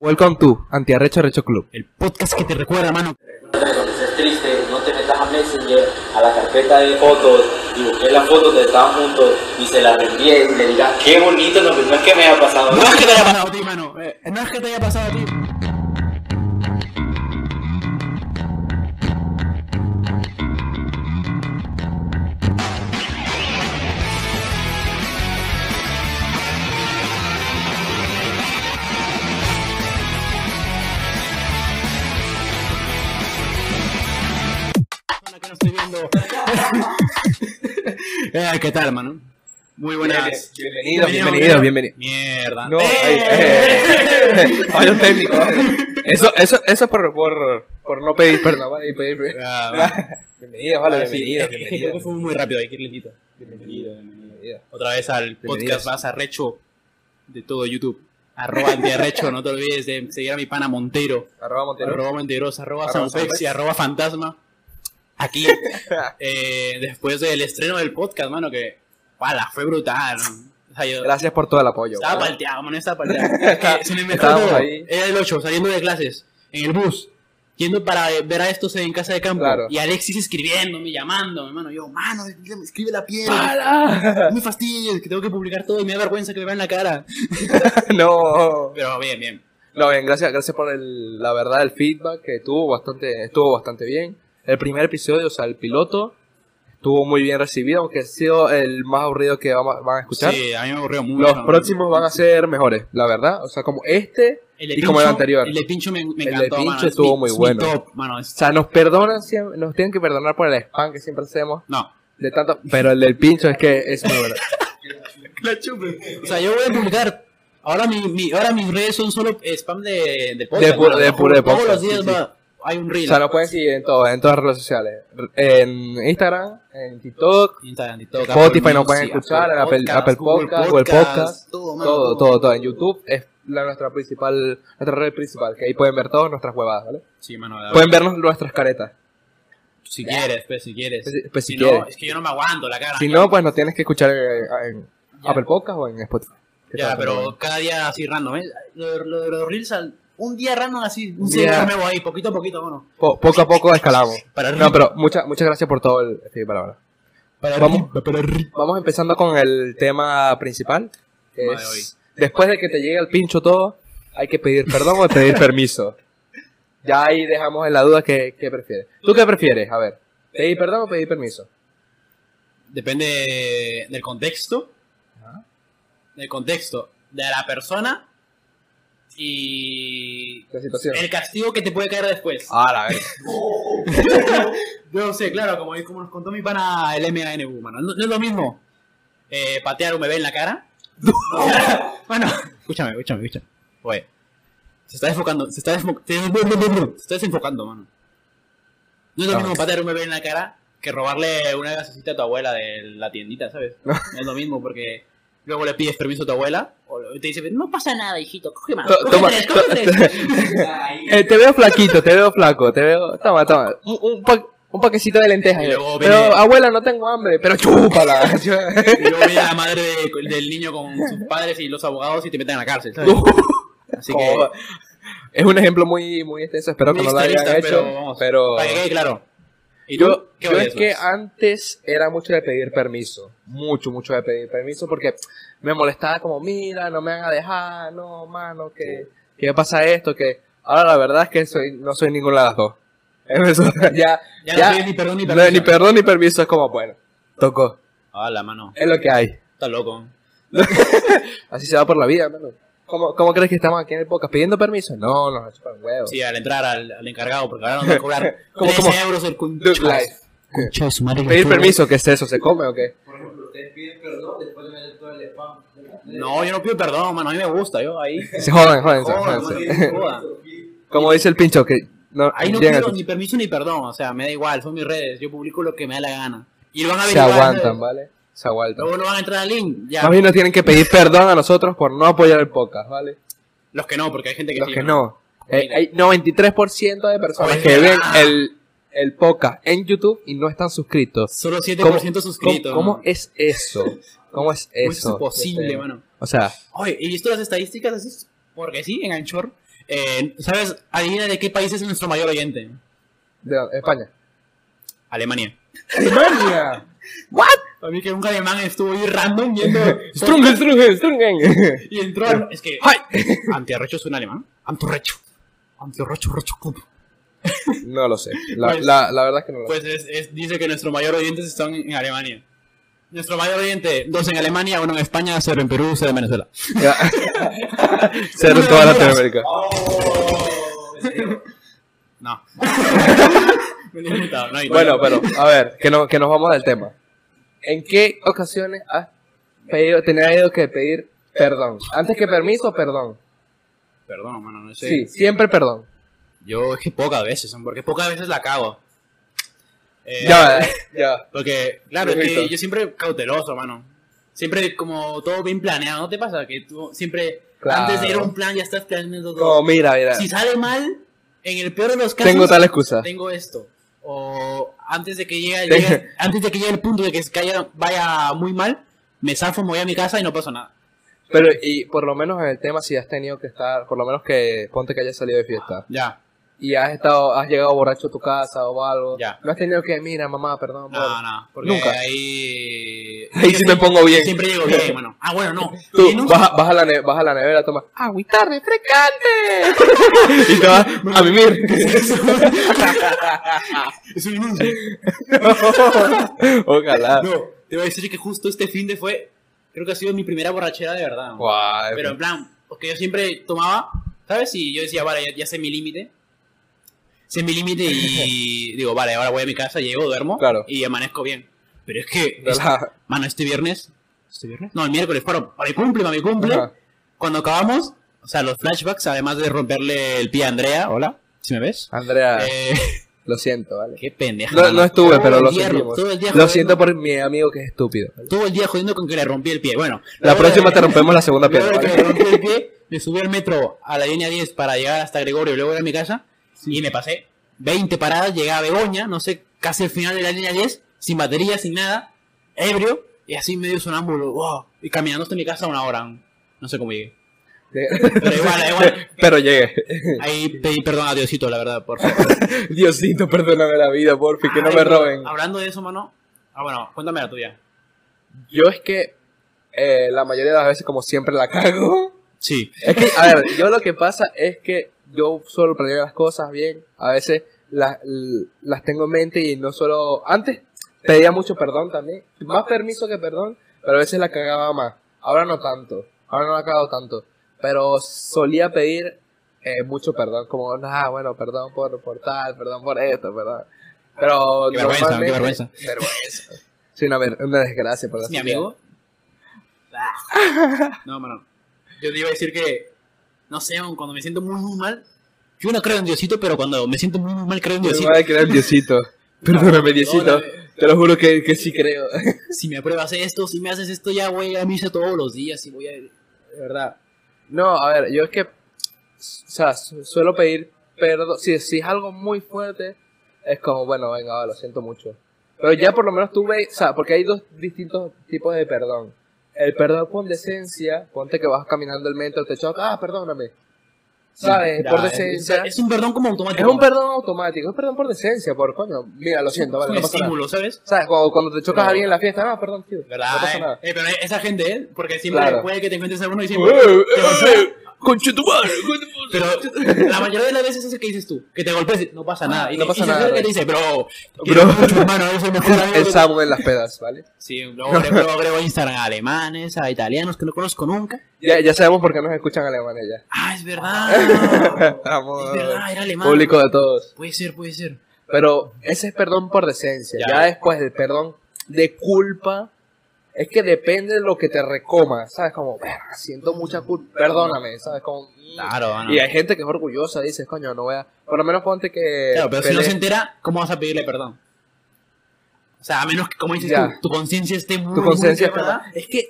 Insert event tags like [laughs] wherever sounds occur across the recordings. Welcome to Antiarrecho Recho Club. El podcast que te recuerda, mano. Reconoces triste, no te metas a Messenger, a la carpeta de fotos, y busqué las fotos de estaban juntos y se las envié y le digas, qué bonito lo primero que me ha pasado. No es que te haya pasado a ti, mano. Eh, no es que te haya pasado a [laughs] ti. Persona que no estoy viendo. Eh, ¿Qué tal, mano? Muy buenas. Bienvenidos, bienvenidos, bienvenidos. Mierda. No, Eh, ay, eh, [laughs] fallo técnico. Eso, eso, eso por, por, por no pedir perdón, vale, y pedir perdón. ah, bueno. Bienvenidos, vale, Ah, Sí, bienvenidos, es que creo que bienvenidos. fue [laughs] muy rápido, hay que ir lentito. Bienvenido, bienvenido. Otra vez al podcast Bienvenidos. más arrecho de todo YouTube. Arroba antiarrecho, no te olvides de seguir a mi pana Montero. Arroba Montero. Arroba Menderosa, arroba Arroba Sanfex y Sanfex. arroba Fantasma. [laughs] Aquí, eh, después del estreno del podcast, mano, que, pala, fue brutal. O sea, yo Gracias por todo el apoyo. estaba vale. palteado, mano, estaba [laughs] palteado. Es que se me mezcló Estábamos todo. ahí. Era el 8, saliendo de clases, en el bus, yendo para ver a estos en casa de campo. Claro. Y Alexis escribiéndome, llamándome, mano. Yo, mano, escribe la piedra. ¡Para! Muy fastidio, que tengo que publicar todo y me da vergüenza que me vean la cara. [laughs] No. Pero bien, bien. No, bien, gracias, gracias por el, la verdad, el feedback que tuvo bastante, estuvo bastante bien. El primer episodio, o sea, el piloto, estuvo muy bien recibido, aunque ha sido el más aburrido que vamos- van a escuchar. Sí, a mí me aburrió mucho. Los mano. próximos van a ser mejores, la verdad. O sea, como este El de y como el Pincho- anterior. El de Pincho me, me El de encantó. Pincho mano, es estuvo mi- muy es mi bueno. top, mano, O es- sea, nos perdonan, siem- nos tienen que perdonar por el spam que siempre hacemos. no. De tanto, pero el del pincho es que es muy bueno. La chupe. O sea, yo voy a publicar. Ahora, mi, mi- ahora mis redes son solo spam de, de podcast. De pu- mano, de lo juro. puro de Todos los podcast, días sí, sí. va- hay O un reel. sea, nos pueden seguir en todo, en todas las redes sociales. R- En Instagram, en TikTok, Instagram, TikTok, Spotify Apple nos pueden Music, escuchar, en Apple- Apple Podcast, Google Podcast, todo, mano, todo, todo, todo. En YouTube es la nuestra principal, nuestra red principal, que ahí pueden ver todas nuestras huevadas, ¿vale? Sí, mano, la Pueden vernos nuestras caretas. verdad. si quieres, pues si quieres. Pues, pues, si no, quieres. es que yo no me aguanto la cara. Si no, pues nos tienes que escuchar en, en Ya. Apple Podcast o en Spotify. que ya, está pero también. cada día así random, ¿eh? Lo de lo de los reels, al- un día random así, un Ya. día nuevo ahí, poquito a poquito, bueno. Po- poco a poco escalamos. Para No, pero muchas muchas gracias por todo el... Sí, para, para. Para Vamos. arriba, para arriba. Vamos empezando con el tema principal. que Tema de es, después de que te llegue el pincho todo, hay que pedir perdón o pedir permiso. Ya ahí dejamos en la duda que, que prefieres. ¿Tú qué prefieres? A ver, ¿pedir perdón o pedir permiso? Depende del contexto. Del contexto de la persona. Y. La situación. El castigo que te puede caer después. Ah, la ver. Yo sé, claro, como, como nos contó mi pana el MANU, mano. No, no es lo mismo eh, patear un bebé en la cara. [laughs] bueno, escúchame, escúchame, escúchame. Oye, se está desfocando, se está desfocando. Se está desenfocando, mano. No es lo Ah. mismo patear un bebé en la cara que robarle una gasecita a tu abuela de la tiendita, ¿sabes? No, es lo mismo porque luego le pides permiso a tu abuela o lo- te dice, no pasa nada, hijito, coge más. To- coge toma, tres, coge to- tres". [laughs] Eh, te veo flaquito, te veo flaco, te veo... Toma, toma. Un, un pa- un paquecito de lentejas. Y luego Pero, viene- abuela, no tengo hambre. Pero [laughs] chúpala. Y luego viene la madre de- del niño con sus padres y los abogados y te meten a la cárcel, ¿sabes? [laughs] Así que, Como- es un ejemplo muy, muy extenso, espero que muy no lo hayan extremistas, hecho. pero vamos, Pero, para que quede claro. ¿Y tú? yo, ¿Qué Ah, yo odias es que más? antes era mucho de pedir permiso. Mucho, mucho de pedir permiso porque me molestaba como, mira, no me van a dejar, no, mano, que, que pasa esto, que ahora la verdad es que soy, no soy ninguna de las dos. [laughs] Eso, ya, [laughs] Ya, ya- no pides ni perdón ni no, permiso. ni perdón ni permiso, es como, bueno, tocó, Ah, la mano, es lo que hay. está loco. Así se va por la vida, hermano. ¿Cómo, ¿Cómo crees que estamos aquí en el podcast? ¿Pidiendo permiso? No, no, es para huevo. Sí, al entrar al, al encargado, porque ahora nos va [laughs] a cobrar Como- 13 como- euros el Look cunchazo. life. Pedir permiso, ¿qué es eso? ¿Se come o qué? Por ejemplo, ustedes piden perdón después de ver todo el spam. No, yo no pido perdón, mano, a mí me gusta, yo [laughs] ahí. Se jodan, jodan, Joder, jodan. mano, joda. Como dice el pincho, que no, Ahí no llegan- pido ni permiso ni perdón, o sea, me da igual, son mis redes, yo publico lo que me da la gana. Y lo van a se averiguar. aguantan, ¿sabes? ¿vale? Se aguantan. Luego no van a entrar al link, ya. Más bien nos tienen que pedir perdón a nosotros por no apoyar el podcast, ¿vale? Los que no, porque hay gente que Los sí, que mano. no. Eh, hay 93% de personas Oye. que ven el, el podcast en YouTube y no están suscritos. Solo 7% suscritos. ¿Cómo, mano. cómo es eso? ¿Cómo es [laughs] ¿Cómo es eso? Este, eso posible, mano? O sea, Oye, ¿y visto las estadísticas así? Porque sí, en Anchor Eh, ¿Sabes? Adivina de qué país es nuestro mayor oyente. De la- España. Alemania. [laughs] ¡Alemania! ¿What? A mí que un alemán estuvo ahí random [laughs] yendo. ¡Strungen, strungen, strungen! y entró. al- Es que. ¡Ay! [laughs] Antiarrecho es un alemán. Antorrecho. Antiarrecho, recho, cum. [laughs] No lo sé. La, Pues- la, la verdad es que no lo sé. Pues es- es- dice que nuestro mayor oyente están en Alemania. Nuestro mayor oyente, dos en Alemania, uno en España, cero en Perú, cero en Venezuela. Ya. pues. [laughs] Cero en [laughs] toda Latinoamérica. No. [laughs] Me he disfrutado, no hay- Bueno, pero, a ver, que, no, que nos vamos del tema. ¿En qué ocasiones has pedido, tenido que pedir perdón? Antes que permiso, perdón. Perdón, mano, no sé. Sí, siempre perdón. Yo es que pocas veces, porque pocas veces la cago. Eh, Ya, ya. Porque, claro, es Perfecto. que yo siempre cauteloso, mano. Siempre como todo bien planeado, ¿no te pasa? Que tú siempre, Claro. antes de ir a un plan, ya estás planeando todo. No, mira, mira. Si sale mal, en el peor de los casos, Tengo tal excusa. tengo esto. O antes de que llegue, Tengo- llegue- antes de que llegue el punto de que se caiga- vaya muy mal, me zafo, me voy a mi casa y no pasa nada. Pero, y por lo menos en el tema, si has tenido que estar, por lo menos que ponte que hayas salido de fiesta Ya. y has estado, has llegado borracho a tu casa o algo, Ya. no has tenido que, mira, mamá, perdón. No, por-". no, porque Nunca. ahí... Ahí sí me pongo bien. Siempre llego bien, mano. Ah, [laughs] bueno, no. Tú Y no- baja, baja la ne- baja la nevera, toma agüita [laughs] refrescante y te vas a mimir. Es un inútil. [laughs] Ojalá. No, te voy a decir que justo este fin de fue, creo que ha sido mi primera borrachera de verdad. ¿no? Guay. Pero en plan, porque yo siempre tomaba, ¿sabes? Y yo decía, vale, ya, ya sé mi límite. Sé mi límite [laughs] y digo, vale, ahora voy a mi casa, llego, duermo Claro. y amanezco bien. Pero es que, De es- [laughs] la- mano, este viernes, ¿este viernes? No, el miércoles, para, para mi cumple, para mi cumple. Ajá. Cuando acabamos, o sea, los flashbacks, además de romperle el pie a Andrea, hola, si me ves. Andrea, Eh, [laughs] lo siento, vale. qué pendeja. Ah. No, mano. no estuve, Todo pero el lo día- sentimos. todo el día Lo jodiendo- siento por mi amigo que es estúpido. todo el día jodiendo con que le rompí el pie. Bueno, La próxima te rompí rompemos la segunda pierna. Luego de que ¿vale? me rompí [laughs] el pie, me subí al metro a la línea 10 para llegar hasta Gregorio y luego ir a mi casa. Y me pasé 20 paradas, llegué a Begoña, no sé, casi al final de la línea 10, sin batería, sin nada, ebrio, y así medio sonámbulo, wow, y caminando hasta mi casa una hora. No sé cómo llegué. [laughs] Pero igual, igual, Pero llegué. ahí pedí perdón a Diosito, la [laughs] verdad, por favor. Diosito, perdóname la vida, porfi, que no Ay, me pero roben. Hablando de eso, mano. Ah, bueno, cuéntame la tuya. Yo es que eh, la mayoría de las veces, como siempre, la cago. Sí. Es que, a ver, yo lo que pasa es que yo suelo planear las cosas bien. A veces las, l- las tengo en mente y no solo... Antes pedía mucho perdón también. Más permiso que perdón, pero a veces la cagaba más. Ahora no tanto. Ahora no la cago tanto. Pero solía pedir eh, mucho perdón. Como, ah, bueno, perdón por, por tal, perdón por esto, perdón. Pero... Qué vergüenza, normalmente- qué vergüenza. Vergüenza. Sí, una, ver- una desgracia. Por ¿Es mi así amigo? Ah. No, mano. Yo te iba a decir que, no sé, aun cuando me siento muy, muy mal, yo no creo en Diosito, pero cuando me siento muy, muy mal creo en Me Diosito. voy a creer Diosito. [laughs] Perdóname, Diosito. Perdóname. Te lo juro que, que sí creo. Si me apruebas esto, si me haces esto, ya voy a misa todos los días y voy a... De verdad. No, a ver, yo es que. O sea, su- suelo pedir perdón. Si, si es algo muy fuerte, es como, bueno, venga, va, lo siento mucho. Pero ya por lo menos tuve. O sea, porque hay dos distintos tipos de perdón. El perdón con decencia, ponte que vas caminando el metro, te choca, ah, perdóname. ¿Sabes? Ya, por es- decencia. Es, un perdón como automático. Es un perdón automático, es perdón por decencia, por coño. Mira, lo siento, Es vale, un no pasa nada. estímulo, ¿sabes? ¿Sabes? Cuando, cuando te chocas No. a alguien en la fiesta, ah, perdón, tío. ¿Verdad? No pasa eh? nada. Eh, pero esa gente, ¿eh? Porque siempre Claro. puede que te encuentres a uno y siempre... eh, Conchetumare, Pero la mayoría de las veces es que dices tú, que te golpees y no pasa nada. Y No te- pasa y se nada, acerca y te Rey. dice, bro, Bro. bro, mucho, hermano, eres [laughs] el mejor amigo El que- Samu en las pedas, ¿vale? Sí, luego le luego agrego a Instagram a alemanes, a italianos que no conozco nunca. Ya, ya sabemos por qué nos escuchan alemanes [laughs] ya. Ah, es verdad. Vamos, es verdad, era alemán. público de todos. Puede ser, puede ser. Pero ese es perdón por decencia. Ya, Ya. después del perdón de culpa, es que depende de lo que te recoma, ¿sabes? Como, "Verga, siento mucha culpa, perdóname, ¿sabes? Como, mm. Claro, mano. Y hay gente que es orgullosa, dices, coño, no voy a... Por lo menos ponte que... Claro, pero si pele- no se entera, ¿cómo vas a pedirle perdón? O sea, a menos que, como dices Ya. tú, tu conciencia esté muy... Tu conciencia muy quebrada. Es que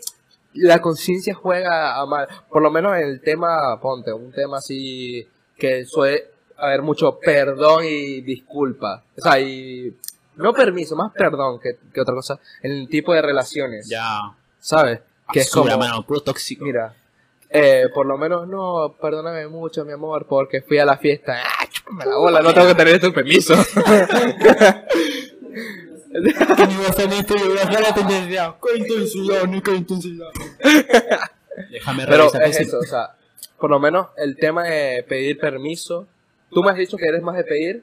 la conciencia juega a mal. Por lo menos en el tema, ponte, un tema así que suele haber mucho perdón y disculpa. O sea, y no permiso, más perdón que, que otra cosa. En el tipo de relaciones, Ya. ¿sabes? Que es Basura, como, mano, puro tóxico. mira, eh, por lo menos, no, perdóname mucho, mi amor, porque fui a la fiesta. ¡Ah, chúpame la bola! No tengo que tener tu permiso. Déjame Pero revisar. es sí. eso, o sea, por lo menos el tema de pedir permiso. Tú me has dicho que eres más de pedir.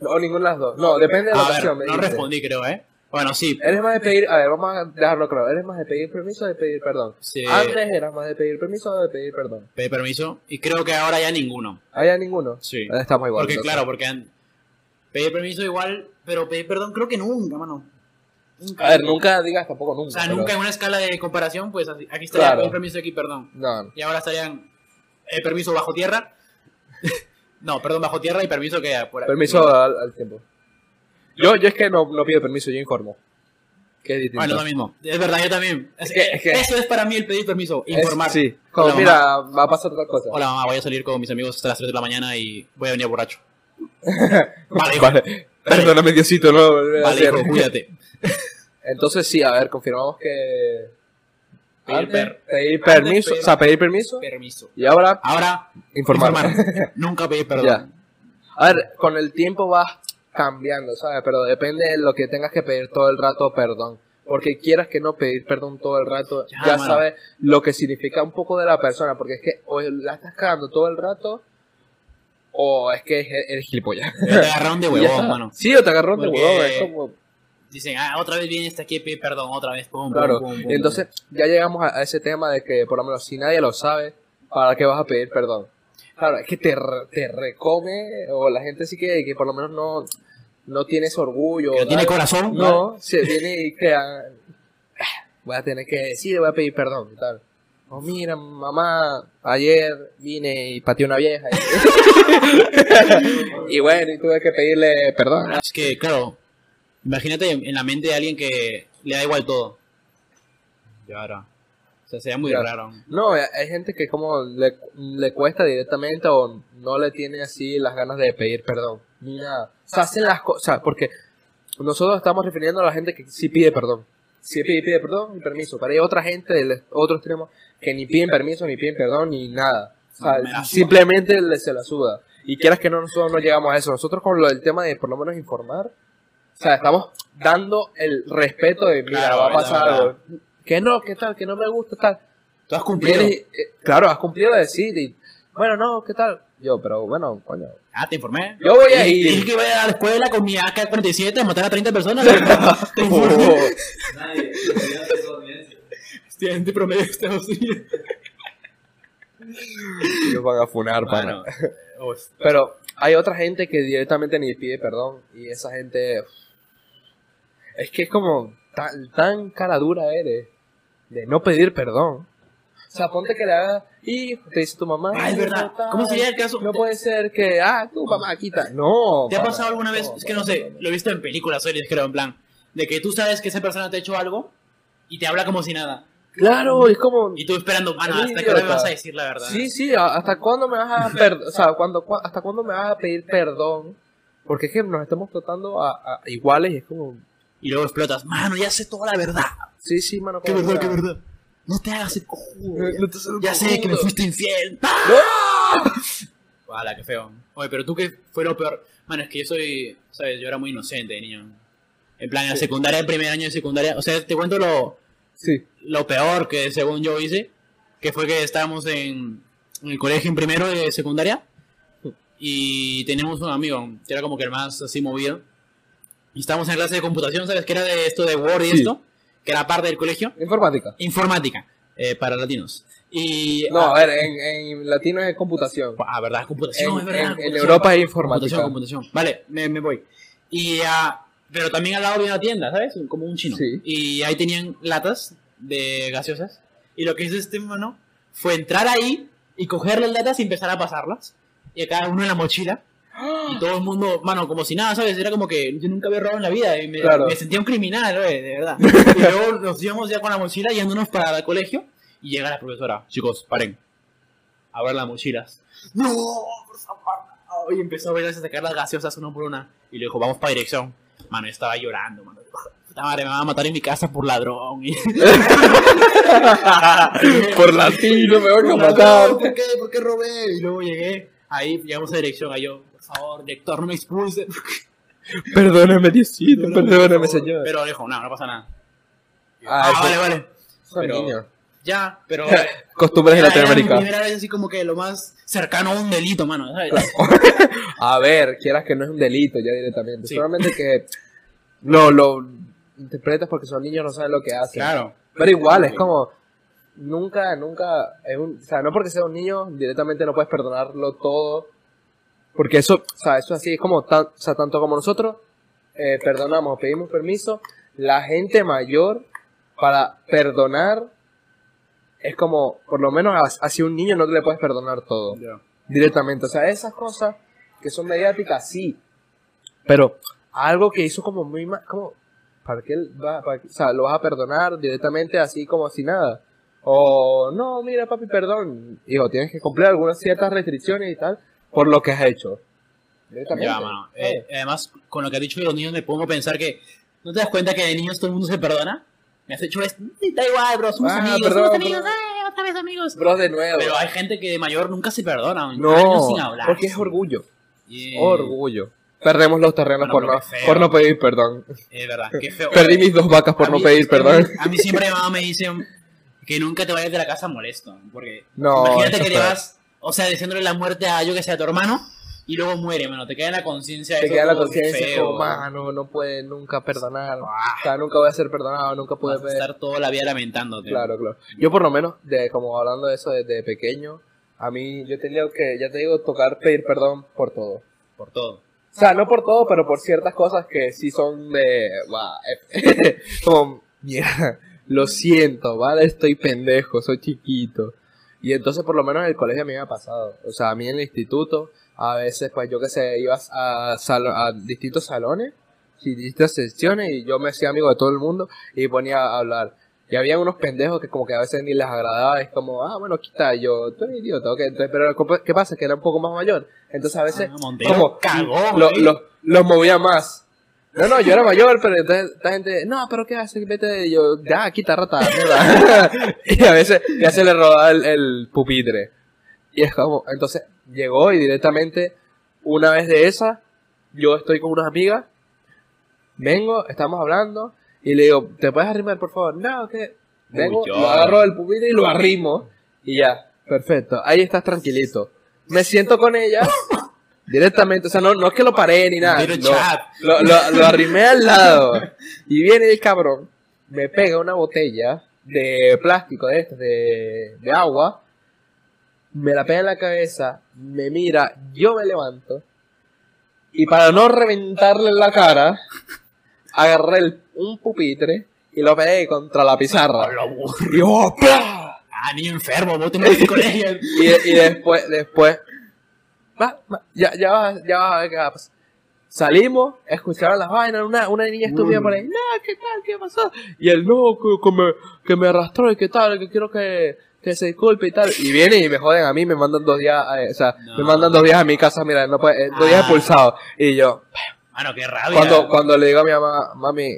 O ninguna de las dos. No, depende de la A ver, ocasión. me no dijiste. respondí, creo, ¿eh. Bueno, sí. Eres más de pedir, a ver, vamos a dejarlo claro. Eres más de pedir permiso o de pedir perdón. Sí. Antes eras más de pedir permiso o de pedir perdón. Pedí permiso. Y creo que ahora ya ninguno. ¿Había ninguno? Sí. Ahora Estamos igual. Porque, entonces. claro, porque an- pedir permiso igual, pero pedir perdón creo que nunca, mano. Nunca. A ver, nunca digas tampoco nunca. O sea, pero- nunca en una escala de comparación, pues así. Aquí estaría Claro. pedir permiso, aquí perdón. No, no. Y ahora estarían eh, permiso bajo tierra. [laughs] no, perdón, bajo tierra y permiso que por Permiso al, al tiempo. Yo, yo es que no, no pido permiso, yo informo. Que es distinto. Bueno, lo mismo. Es verdad, yo también. Es- Es que- es que- Eso es para mí el pedir permiso, Es- informar. sí. Como, Hola, mamá. mira, va a pasar tal cosa. Hola mamá, voy a salir con mis amigos hasta las 3 de la mañana y voy a [laughs] venir borracho. Vale, hijo. Vale. Perdóname, Diosito, no lo volveré a Vale, hacer. [laughs] hijo, cuídate. Entonces, sí, a ver, confirmamos que. Pedir Antes, per- pedir antes permiso. pedir- O sea, pedir permiso. Permiso. Y ahora, Ahora, informar. informar. [laughs] Nunca pedir perdón. Ya. A ver, con el tiempo vas cambiando, ¿sabes? Pero depende de lo que tengas que pedir todo el rato perdón. Porque quieras que no pedir perdón todo el rato, Ya, ya, mano. sabes lo que significa un poco de la persona. Porque es que o la estás cagando todo el rato, o es que eres- eres gilipollas. Te agarraron de Y ya está. huevón, mano. Sí, o te agarró de Porque- huevón. Es como, Dicen, ah, otra vez viene este aquí a pedir perdón, otra vez. Pum, pum, claro. pum, pum, Y entonces ya llegamos a, a ese tema de que, por lo menos, si nadie lo sabe, ¿para qué vas a pedir perdón? Claro, es que te, re- te recome, o la gente sí que, que por lo menos no, no tiene ese orgullo. pum. Que no tiene ¿sabes? corazón. No, se viene y que ah, voy a tener que decir, voy a pedir perdón y tal. No, mira, mamá, ayer vine y pateé una vieja. [laughs] [laughs] Y, y bueno, y tuve que pedirle perdón. Es que, claro, imagínate en la mente de alguien que le da igual todo. Y ahora. O sea, sería muy Claro. raro. No, hay- hay gente que como le, le cuesta directamente o no le tiene así las ganas de pedir perdón. Ni nada. O sea, hacen las cosas, porque nosotros estamos refiriendo a la gente que sí pide perdón. Sí pide, pide perdón y permiso. Pero hay otra gente del otro extremo que ni piden permiso, ni piden perdón, ni nada. O sea, Me la suda. simplemente le- se la suda. Y quieras que no, nosotros no llegamos a eso. Nosotros con lo del tema de por lo menos informar, o sea, estamos dando el respeto de, mira, Claro, va a verdad, pasar verdad. algo. Que no, que tal, que no me gusta, tal. Tú has cumplido. Vienes y- eh, claro, has cumplido decir y bueno, no, ¿qué tal? Yo, pero bueno, coño. [laughs] Ah, te informé. Yo voy a Dije- ir. Dije que voy a la escuela con mi AK-47 a matar a 30 [laughs] personas. ¿no? te informé. [laughs] Nadie, estudiante estadounidense. Estudiante promedio de Estados Unidos. Ellos van a funar, pana. Bueno, eh, Pero hay otra gente que directamente ni pide perdón y esa gente es que es como tan, tan cara dura eres de no pedir perdón. O sea, ponte que le hagas y te dice tu mamá. Ah, es "Hijo, verdad. tal, ¿Cómo sería el caso? No puede ser que, ah, tu mamá quita. No. ¿Te ha pana, pasado alguna vez? no, Es que no sé, lo he visto en películas, series, creo, en plan. De que tú sabes que esa persona te ha hecho algo y te habla como si nada. Claro, es como. Y tú esperando, mano, Eres hasta que me idiota. vas a decir la verdad. Sí, sí, a- ¿hasta cuándo me vas a per- o sea, cuándo- cua- hasta cuándo me vas a pedir perdón? Porque es que nos estamos tratando a, a iguales y es como, Y luego explotas, mano, ya sé toda la verdad. sí, sí, mano. Qué como, verdad, o qué sea, verdad. No te hagas el cojudo. Eh, No te hagas el ya sé que me cojudo. fuiste infiel. ¡No! [laughs] Ala, qué feo. Oye, pero tú qué fue lo peor. Mano, es que yo soy, sabes, yo era muy inocente de niño. En plan, en la secundaria, el primer año de secundaria. O sea, te cuento lo, Sí, lo peor que según yo hice, que fue que estábamos en, en el colegio en primero de secundaria y teníamos un amigo que era como que el más así movido. Y estábamos en clase de computación, ¿sabes? Que era de esto de Word y Sí. esto, que era parte del colegio. informática. Informática, eh, para latinos. Y, No, ah, a ver, en, en latino es computación. Ah, verdad, computación, En, es verdad. en- en computación. Europa es Computación, informática. computación. Vale, me, me voy. Y, ah, pero también al lado había una tienda, ¿sabes? Como un chino. Sí. Y ahí tenían latas de gaseosas. Y lo que hizo este mano fue entrar ahí y coger las latas y empezar a pasarlas. Y a cada uno en la mochila. Y todo el mundo, mano, como si nada, ¿sabes? Era como que yo nunca había robado en la vida. Y me, Claro. me sentía un criminal, güey, de verdad. Y luego nos íbamos ya con la mochila yéndonos para el colegio. Y llega la profesora. Chicos, paren. Abran las mochilas. ¡No! Por favor, no. Y empezó a ver a sacar las gaseosas una por una. Y le dijo, vamos para dirección. Mano, yo estaba llorando, mano. Puta puta madre, me van a matar en mi casa por ladrón. Y- [laughs] Por latino me van a No, matar. ¿Por qué? ¿Por qué robé? Y luego llegué, ahí llegamos a dirección, ahí yo, por favor, director, no me expulse. Perdóname, Diosito, Pero- perdóname, señor. Pero dijo, no, no pasa nada. Ah, Ah, eso- vale, vale. son pero- [laughs] niños. Ya, [laughs] pero... Costumbres era- era mi latinoamericanas. primera vez así como que lo más cercano a un delito, mano. ¿sabes? A ver, quieras que no es un delito ya directamente. Sí. Solamente que lo, lo interpretas porque son niños, no saben lo que hacen. Pero igual, es como. Nunca, nunca. es un- o sea, no porque sea un niño, directamente no puedes perdonarlo todo. Porque eso, o sea, eso así es como. tan- o sea, tanto como nosotros eh, perdonamos, pedimos permiso, la gente mayor para perdonar es como. Por lo menos ha- hacia un niño no le puedes perdonar todo Ya. directamente. O sea, esas cosas que son mediáticas, sí. Pero algo que hizo como muy mal, como, ¿para qué él va? para qué- o sea, lo vas a perdonar directamente así como si nada. O, no, mira, papi, perdón. Hijo, tienes que cumplir algunas ciertas restricciones y tal por lo que has hecho. Directamente. Ya, mano. Eh, además, con lo que has dicho de los niños, me pongo a pensar que. ¿No te das cuenta que de niños todo el mundo se perdona? Me has hecho esto. "Sí, Da igual, bro, somos Ah, amigos, perdón, somos amigos, perdón. eh, otra vez amigos. Bro, de nuevo. Pero hay gente que de mayor nunca se perdona, man. años no, sin hablar. porque es orgullo. Yeah. Orgullo. Perdemos los terrenos por, Bueno, pero no, qué feo. por no pedir perdón. Es verdad, qué feo. Perdí mis dos vacas por A no mí- pedir perdón. [laughs] A mí siempre mi mamá me dicen que nunca te vayas de la casa molesto. Porque No, eso imagínate que es le feo. vas, o sea, diciéndole la muerte a yo que sea a tu hermano, y luego muere, mano. Te queda en la conciencia te eso queda la como conciencia feo. Ah. como, mano, no puede nunca perdonar. O sea, nunca voy a ser perdonado, nunca pude Vas a ver. estar toda la vida lamentándote. Claro, claro. Yo por lo menos, de, como hablando de eso desde pequeño, a mí yo tenía que, ya te digo, tocar pedir perdón por todo. O Por todo. sea, no por todo, pero por ciertas cosas que sí son de... "Buah, eh", [laughs] como, mierda, lo siento, ¿vale? Estoy pendejo, soy chiquito. Y entonces por lo menos en el colegio a mí me ha pasado. O sea, a mí en el instituto, a veces pues yo que sé, ibas a, salo- a distintos salones, y distintas sesiones y yo me hacía amigo de todo el mundo y me ponía a hablar. Y había unos pendejos que como que a veces ni les agradaba, es como, ah, bueno, quita, yo, tú eres idiota, ok, entonces, pero compa- ¿qué pasa? Que era un poco más mayor. Entonces a veces Ah, Montero como cagó, lo- güey. lo- los movía más. No, no, yo era mayor, pero entonces esta gente, no, pero ¿qué haces? Vete de yo, ya, quita rata, mierda. [laughs] y a veces ya se le rodaba el, el pupitre. Y es como, entonces llegó y directamente, una vez de esa, yo estoy con unas amigas, vengo, estamos hablando, y le digo, ¿te puedes arrimar, por favor? No, que vengo, Uy, lo ya. agarro del pupitre y lo arrimo, y ya, perfecto, ahí estás tranquilito. Me siento con [laughs] ella, directamente, o sea, no, no es que lo paré ni nada, Montero no. chat. Lo, lo, lo arrimé al lado. Y viene el cabrón, me pega una botella de plástico de estas, de, de agua. Me la pega en la cabeza, me mira, yo me levanto. Y para no reventarle en la cara, agarré el- un pupitre y lo pegué contra la A pizarra. la bu- Y, ¡oh, plah! Ah, niño enfermo, vos tenés que ir [laughs] con ella. Y, de- y después, después, va, va, ya, ya vas, ya vas a ver qué va a pasar. Salimos, escucharon las vainas, una, una Mm. niña estúpida por ahí, no, ¿qué tal? ¿Qué pasó? Y el no, que, que me, que me arrastró y qué tal, que quiero que, que se disculpe y tal. Y viene y me joden a mí, me mandan dos días, eh, o sea, me No. mandan dos días a mi casa, mira, no puede, eh, dos Ah. días expulsados. Y yo, Mano, qué rabia. cuando, cuando le digo a mi mamá, mami,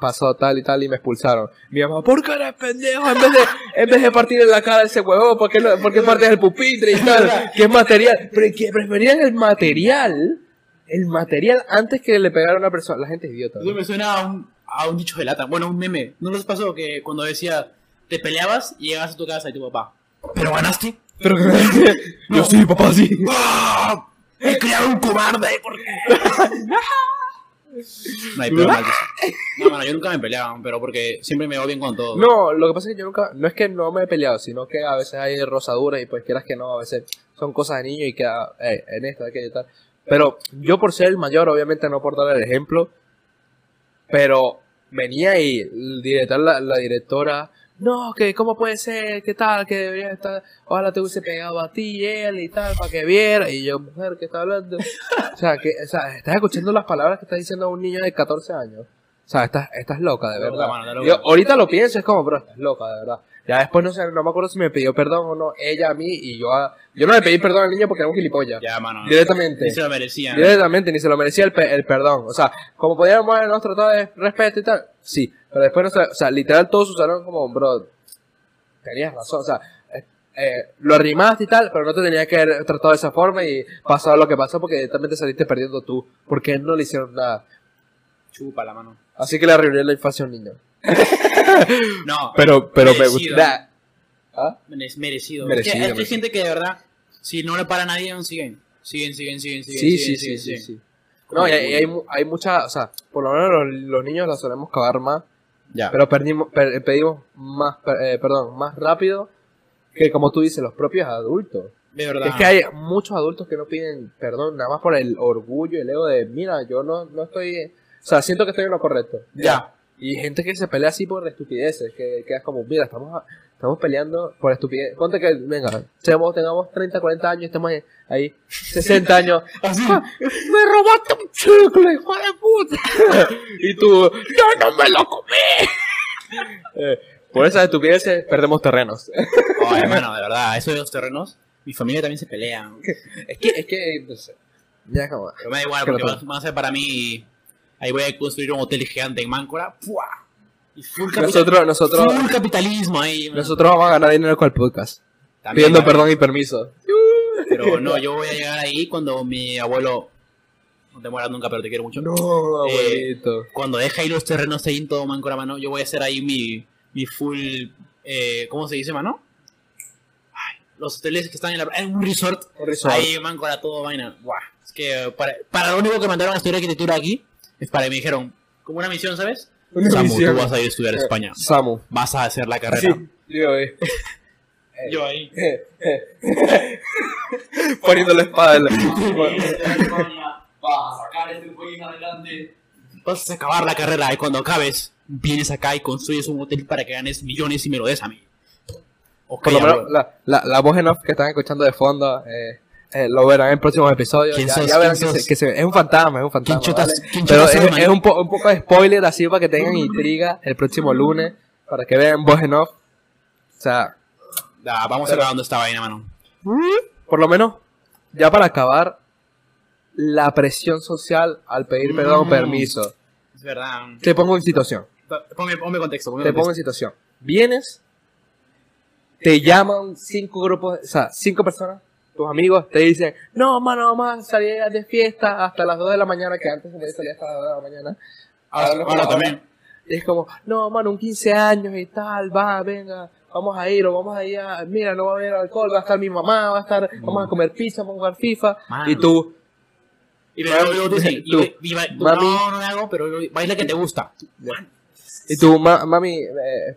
pasó tal y tal y me expulsaron. Mi mamá, ¿por qué eres pendejo? En vez de, en vez de partir en la cara ese huevo, ¿por qué, no, por qué partes el pupitre y tal? ¿Qué es material? Pero que preferían el material, el material antes que le pegar a una persona. La gente es idiota. Eso me suena a un, a un dicho de lata. Bueno, a un meme. ¿No les pasó que cuando decía, te peleabas y llegabas a tu casa y tu papá, ¿pero ganaste? Pero yo sí, papá, sí. ¡Ah! ¡He creado un cobarde! ¿Por qué? no hay peor maldito. No, mano, yo nunca me peleaba, pero porque siempre me va bien con todo. No, lo que pasa es que yo nunca, no es que no me he peleado, sino que a veces hay rosaduras y pues quieras que no, a veces son cosas de niño y queda eh, en esto, aquello y tal. Pero yo por ser el mayor, obviamente no por dar el ejemplo, pero venía y el director, la, la directora, no, que cómo puede ser, qué tal, que debería estar, ojalá te hubiese pegado a ti y él y tal, para que viera. Y yo, mujer, ¿qué está hablando? o, sea, que, o sea, estás escuchando las palabras que está diciendo un niño de 14 años. O sea, estás, estás loca, de Loca, verdad. mano, está loca. Yo ahorita lo pienso, es como, bro, estás loca, de verdad. Ya después no sé, no me acuerdo si me pidió perdón o no, ella a mí y yo a... Yo no le pedí perdón al niño porque era un gilipollas. Ya, mano. Directamente. Ni se lo merecía. ¿no? Directamente, ni se lo merecía el, pe- el perdón. O sea, como podíamos habernos tratado de respeto y tal, sí. Pero después, no sé, o sea, literal, todos usaron como, bro, tenías razón. O sea, eh, eh, lo arrimaste y tal, pero no te tenía que haber tratado de esa forma y pasado lo que pasó porque directamente saliste perdiendo tú. Porque no le hicieron nada. Chupa la mano. Así que le arruiné la infancia a un niño. No, Pero, pero me Merecido. gusta. Nah. ¿Ah? es merecido. Merecido, Es que- es que hay merecido. gente que de verdad, si no le para nadie, aún siguen. Siguen, siguen, siguen, siguen. Sí, sí, siguen, sí, siguen, sí, siguen. sí. No, y hay, y hay, mu- hay mucha, o sea, por lo menos los, los niños la solemos cagar más. Ya. Pero perdimos, per- pedimos más, per- eh, perdón, más rápido que como tú dices, los propios adultos. De verdad. Es que hay muchos adultos que no piden perdón nada más por el orgullo, el ego de, mira, yo no, no estoy, o sea, siento que estoy en lo correcto. Ya. Y gente que se pelea así por estupideces, que quedas como, mira, estamos, a- estamos peleando por estupidez. Ponte que, venga, seamos- tengamos 30, 40 años, estemos [laughs] ahí, 60 años. Ah, Así. ¡Me robaste un chicle, hijo de puta! y tú, ¡yo no me lo comí! [laughs] Eh, por esas estupideces perdemos terrenos. Oh, hermano, de verdad, eso de los terrenos, mi familia también se pelea. es que, es que, no sé. Ya como, Pero me da igual, Qué porque ratón. van, van a ser para mí. y Ahí voy a construir un hotel gigante en Máncora. ¡Fua! Y full, capital- nosotros, nosotros, full capitalismo ahí. mano. nosotros vamos a ganar dinero con el podcast. También, pidiendo ¿no? perdón y permiso. [laughs] Pero no, yo voy a llegar ahí cuando mi abuelo. No te mueras nunca, pero te quiero mucho. No, abuelito. Cuando deja ahí los terrenos ahí en todo Máncora, mano, yo voy a hacer ahí mi, mi full. eh, ¿Cómo se dice, mano? Ay, los hoteles que están en, la, en un resort. Un resort. Ahí Máncora, todo vaina. Buah, es que para, para lo único que mandaron a estudiar arquitectura aquí es para me dijeron, como una misión, ¿sabes? Una Samu, misión. Eh. tú vas a ir a estudiar a España. Samu. Vas a hacer la carrera. Sí, yo, eh, [laughs] Yo ahí. poniendo la espada [laughs] en la... Vas a sacar este país adelante. Vas a acabar la carrera y cuando acabes, vienes acá y construyes un hotel para que ganes millones y me lo des a mí. Ok, Por lo abuelo. menos la, la, la voz en off que están escuchando de fondo eh, eh, lo verán en próximos episodios. ¿Quién Ya, sos? ya verán ¿Quién que, sos? se, que se- es un fantasma, es un fantasma. ¿Quién chutas- ¿vale? quién Pero chutas es, esa es man- un, po- un poco de spoiler así para que tengan intriga el próximo Mm. lunes, para que vean voz en off. O sea, Ah, vamos Pero- acabando esta vaina, mano. por lo menos, ya para acabar, la presión social al pedir perdón o Mm. permiso. Es verdad. Te pongo en situación. Ponme, ponme contexto. Ponme Te pongo en contexto. situación. Vienes, te llaman cinco grupos, o sea, cinco personas, tus amigos, te dicen, no, mano, vamos a salir de fiesta hasta las 2 de la mañana, que antes se podía salir hasta las 2 de la mañana. Ahora, ahora Ah, también. Y es como, no, mano, un 15 años y tal, va, venga, vamos a ir, o vamos a ir a, mira, no va a haber alcohol, va a estar mi mamá, va a estar, vamos a comer pizza, vamos a jugar FIFA, Mano. y tú, Y luego luego tú dices, y- Tú. y- y ba- tú, Mami. no, no me hago, pero baila que te gusta. Y tú, "Ma- mami, eh,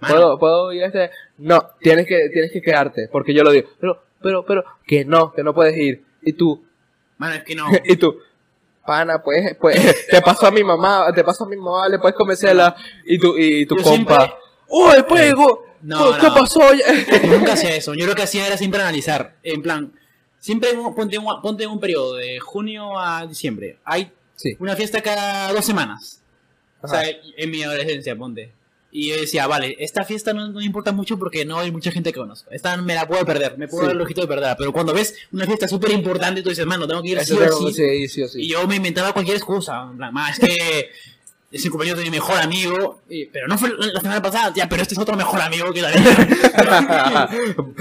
Mano. ¿puedo, ¿puedo ir a este? No, tienes que, tienes que quedarte, porque yo lo digo. Pero, pero, pero, que no, que no puedes ir. Y tú, [laughs] Mano, es que no. y tú, pana, pues, pues, te pasó a mi mamá, te pasó a mi mamá, le puedes convencerla. Y tú, y tu Yo compa, siempre- ¡oh, el juego! No, ¿Qué no. pasó? Yo nunca hacía eso. Yo lo que hacía era siempre analizar. En plan, siempre un- ponte, un, ponte un periodo de junio a diciembre. Hay Sí. una fiesta cada dos semanas. O sea, Ajá. en mi adolescencia, ponte. Y yo decía, vale, esta fiesta no, no me importa mucho porque no hay mucha gente que conozco. Esta me la puedo perder, me puedo Sí. dar el ojito de perder. Pero cuando ves una fiesta súper importante, tú dices, mano, tengo que ir Eso sí o tengo- sí. sí, sí, sí. Y yo me inventaba cualquier excusa. En plan, más que es el compañero de mi mejor amigo. y- pero no fue la semana pasada, ya, pero este es otro mejor amigo que la [laughs]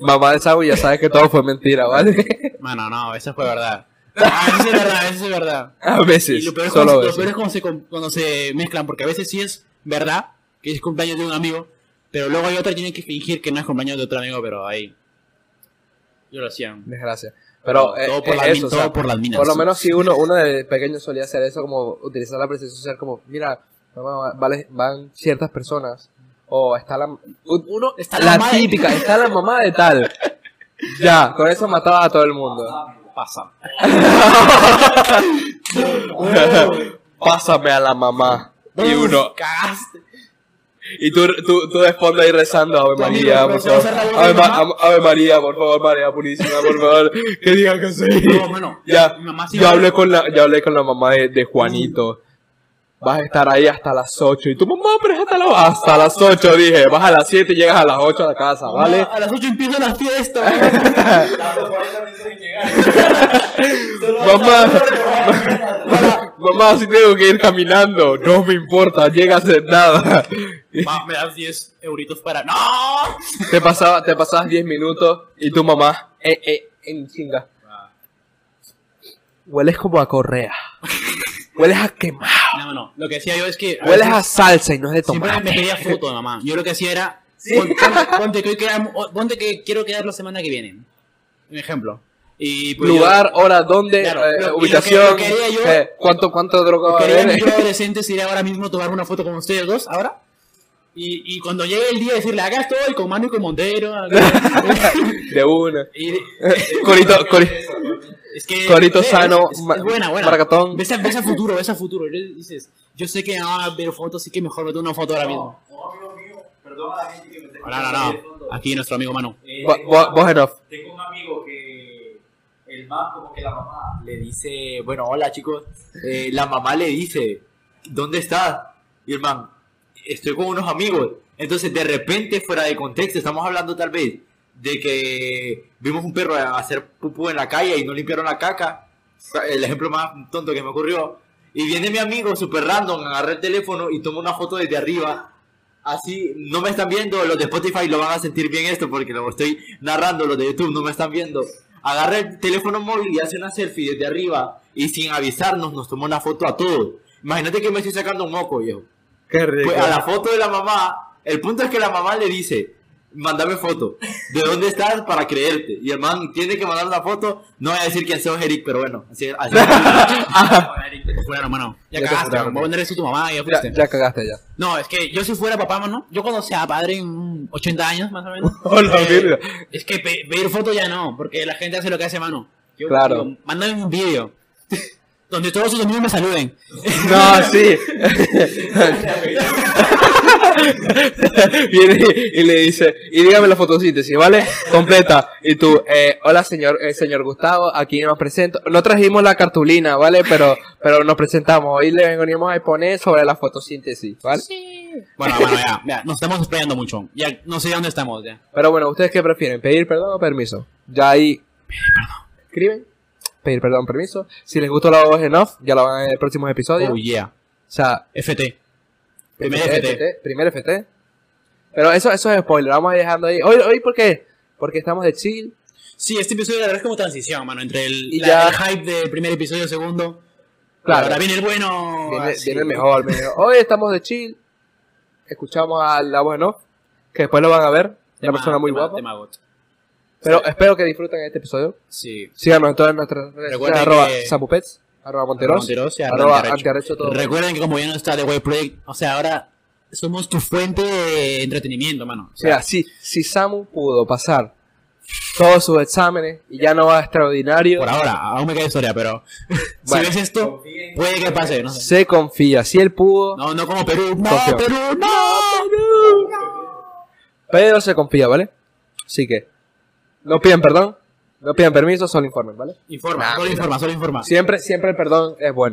mamá de Sabu ya sabes que todo fue mentira, [laughs] ¿vale? Mano, no, eso fue verdad. A veces es verdad, eso es verdad. a Y veces, lo peor es, solo a cuando, lo veces. peor es cuando, se, com- cuando se mezclan, porque a veces sí es verdad que es cumpleaños de un amigo, pero luego hay otra que tiene que fingir que no es cumpleaños de otro amigo, pero ahí. Yo lo hacía. Desgracia. Pero eh, todo por, eh, las min- eso, o todo sea, por las minas. Por lo menos si uno, uno de pequeño solía hacer eso, como utilizar la presión social como, mira, mamá, vale- van ciertas personas, o está la... u- Uno, Está la la, mamá de- típica, está la mamá de [laughs] tal. Ya, con eso mataba a todo el mundo. pasa. [laughs] Pásame a la mamá. Y uno, Cagaste. y tú, tú, tú de fondo ahí rezando, Ave María, pero por se va a favor. hacer la boca Ave, de Ma- mamá. Ave María, por favor, María Purísima, por favor. Que digan que sí. No, mano. Ya, Mi mamá sí yo me- hablé con la, yo hablé con la mamá de, de Juanito. vas a estar ahí hasta las 8. Y tu mamá, pero es hasta, la- hasta las 8, dije. Vas a las 7 y llegas a las 8 a la casa, ¿vale? A las 8 empieza la [laughs] fiesta. Tampoco ahorita me hizo llegar. Solo Mamá. [laughs] hasta- Mamá, si tengo que ir caminando, no me importa, llegas en [laughs] nada. Ma, me das 10 euritos para. ¡No! Te pasaba, te pasabas 10 minutos y tu mamá, eh, eh, en chinga. Hueles como a correa. Hueles a quemado. No, no. Lo que hacía yo es que. a [laughs] Hueles veces- a salsa y no es de Siempre me tomate. pedía foto, mamá. Yo lo que hacía era. pon- Ponte, ponte que hoy quedamos- o- ponte que quiero quedar la semana que viene. Un ejemplo. Y pues, yo- Lugar, hora, dónde, Claro, eh, lo- y lo que- ubicación, lo que haría yo- eh, cuánto, cuánto droga va a Quería haber. yo adolescente sería ahora mismo tomar una foto con ustedes dos, ahora. Y, y cuando llegue el día decirle, acá estoy con Manu y con [laughs] Montero. acá". [laughs] De una. [laughs] Y- Corito, cori- es que, Corito no sé, sano, es, es ma- buena, buena. maratón. Ves a, ves a futuro, ves a futuro. Y dices, yo sé que van a ver fotos, así que mejor me tomo una foto ahora mismo. No, amigo mío, perdón a la gente que me está No, no, no. Aquí nuestro amigo Manu. Eh, Vo- tengo- vo- Voz en off. Tengo un amigo que el man, como que la mamá le dice, bueno, hola chicos, Eh, la mamá le dice, ¿dónde estás? Y el man, estoy con unos amigos. Entonces, de repente, fuera de contexto, estamos hablando tal vez de que vimos un perro hacer pupú en la calle y no limpiaron la caca. El ejemplo más tonto que me ocurrió. Y viene mi amigo, super random, agarra el teléfono y toma una foto desde arriba Así, Ah, no me están viendo, los de Spotify lo van a sentir bien esto porque lo estoy narrando, los de YouTube no me están viendo. Agarra el teléfono móvil y hace una selfie desde arriba y sin avisarnos nos tomó una foto a todos. Imagínate que me estoy sacando un moco, viejo. Qué rico. Pues a la foto de la mamá, el punto es que la mamá le dice, mándame foto, ¿de dónde estás para creerte? Y el man tiene que mandar una foto, no voy a decir quién sos Eric, pero bueno, así, así. Fulano, mano. Ya, Ah. Ya te cagaste, juraron. vos venderés tu mamá, ya Ya, fuiste. ya cagaste ya. No, es que yo si fuera papá, mano, yo cuando sea padre en un 80 años más o menos. [laughs] eh, Hola, verga. Es que pe- pedir foto ya no, porque la gente hace lo que hace, mano. Yo Claro. digo, mándame un vídeo [laughs] donde todos sus amigos me saluden. No, sí. [laughs] Viene y le dice, y dígame la fotosíntesis, ¿vale? Completa. Y tú, eh, hola señor, eh, señor Gustavo, aquí nos presento. No trajimos la cartulina, ¿vale? Pero, pero nos presentamos. Hoy le venimos a exponer sobre la fotosíntesis, ¿vale? Bueno, bueno, ya, ya, nos estamos desplayando mucho. Ya no sé dónde estamos, ya. Pero bueno, ¿ustedes qué prefieren? ¿Pedir perdón o permiso? Ya ahí. Pedir perdón. Escriben. Pedir perdón, permiso. Si les gustó la voz en off, ya la van a ver en próximos episodios. Oh, yeah. O sea, FT. Primer FT, FT. Primer FT. Pero eso, eso es spoiler, vamos a ir dejando ahí. Hoy, hoy ¿por qué? Porque estamos de chill. Sí, este episodio la verdad es como transición, mano, entre el, Y la- ya- el hype del primer episodio, segundo. Claro. Ahora viene el bueno. Viene, así. viene mejor, viene mejor. Hoy estamos de chill. Escuchamos a la voz en off, que después lo van a ver. Una Tema- persona muy tema- guapa. tema got. Pero espero que disfruten este episodio. Sí. Síganos en todas nuestras redes sociales, Recuerden arroba que- sapupets, arroba monteros, Monteros y arroba arroba antiarrecho. antiarrecho, todo. Recuerden que como ya no está The Way Project, o sea, ahora somos tu fuente de entretenimiento, mano. O sea, Mira, si, si Samu pudo pasar todos sus exámenes y ya no va a extraordinario, por ahora, aún me queda historia, pero [laughs] Bueno. si ves esto, puede que pase, no sé. se confía. Si él pudo, No, no como Perú. No, Confío. Perú, no. Pero se confía, ¿vale? Así que no piden perdón, no piden permiso, solo informen, ¿vale? Informa, Nah, solo Ah, mira. informa, solo informa. Siempre, siempre el perdón es bueno.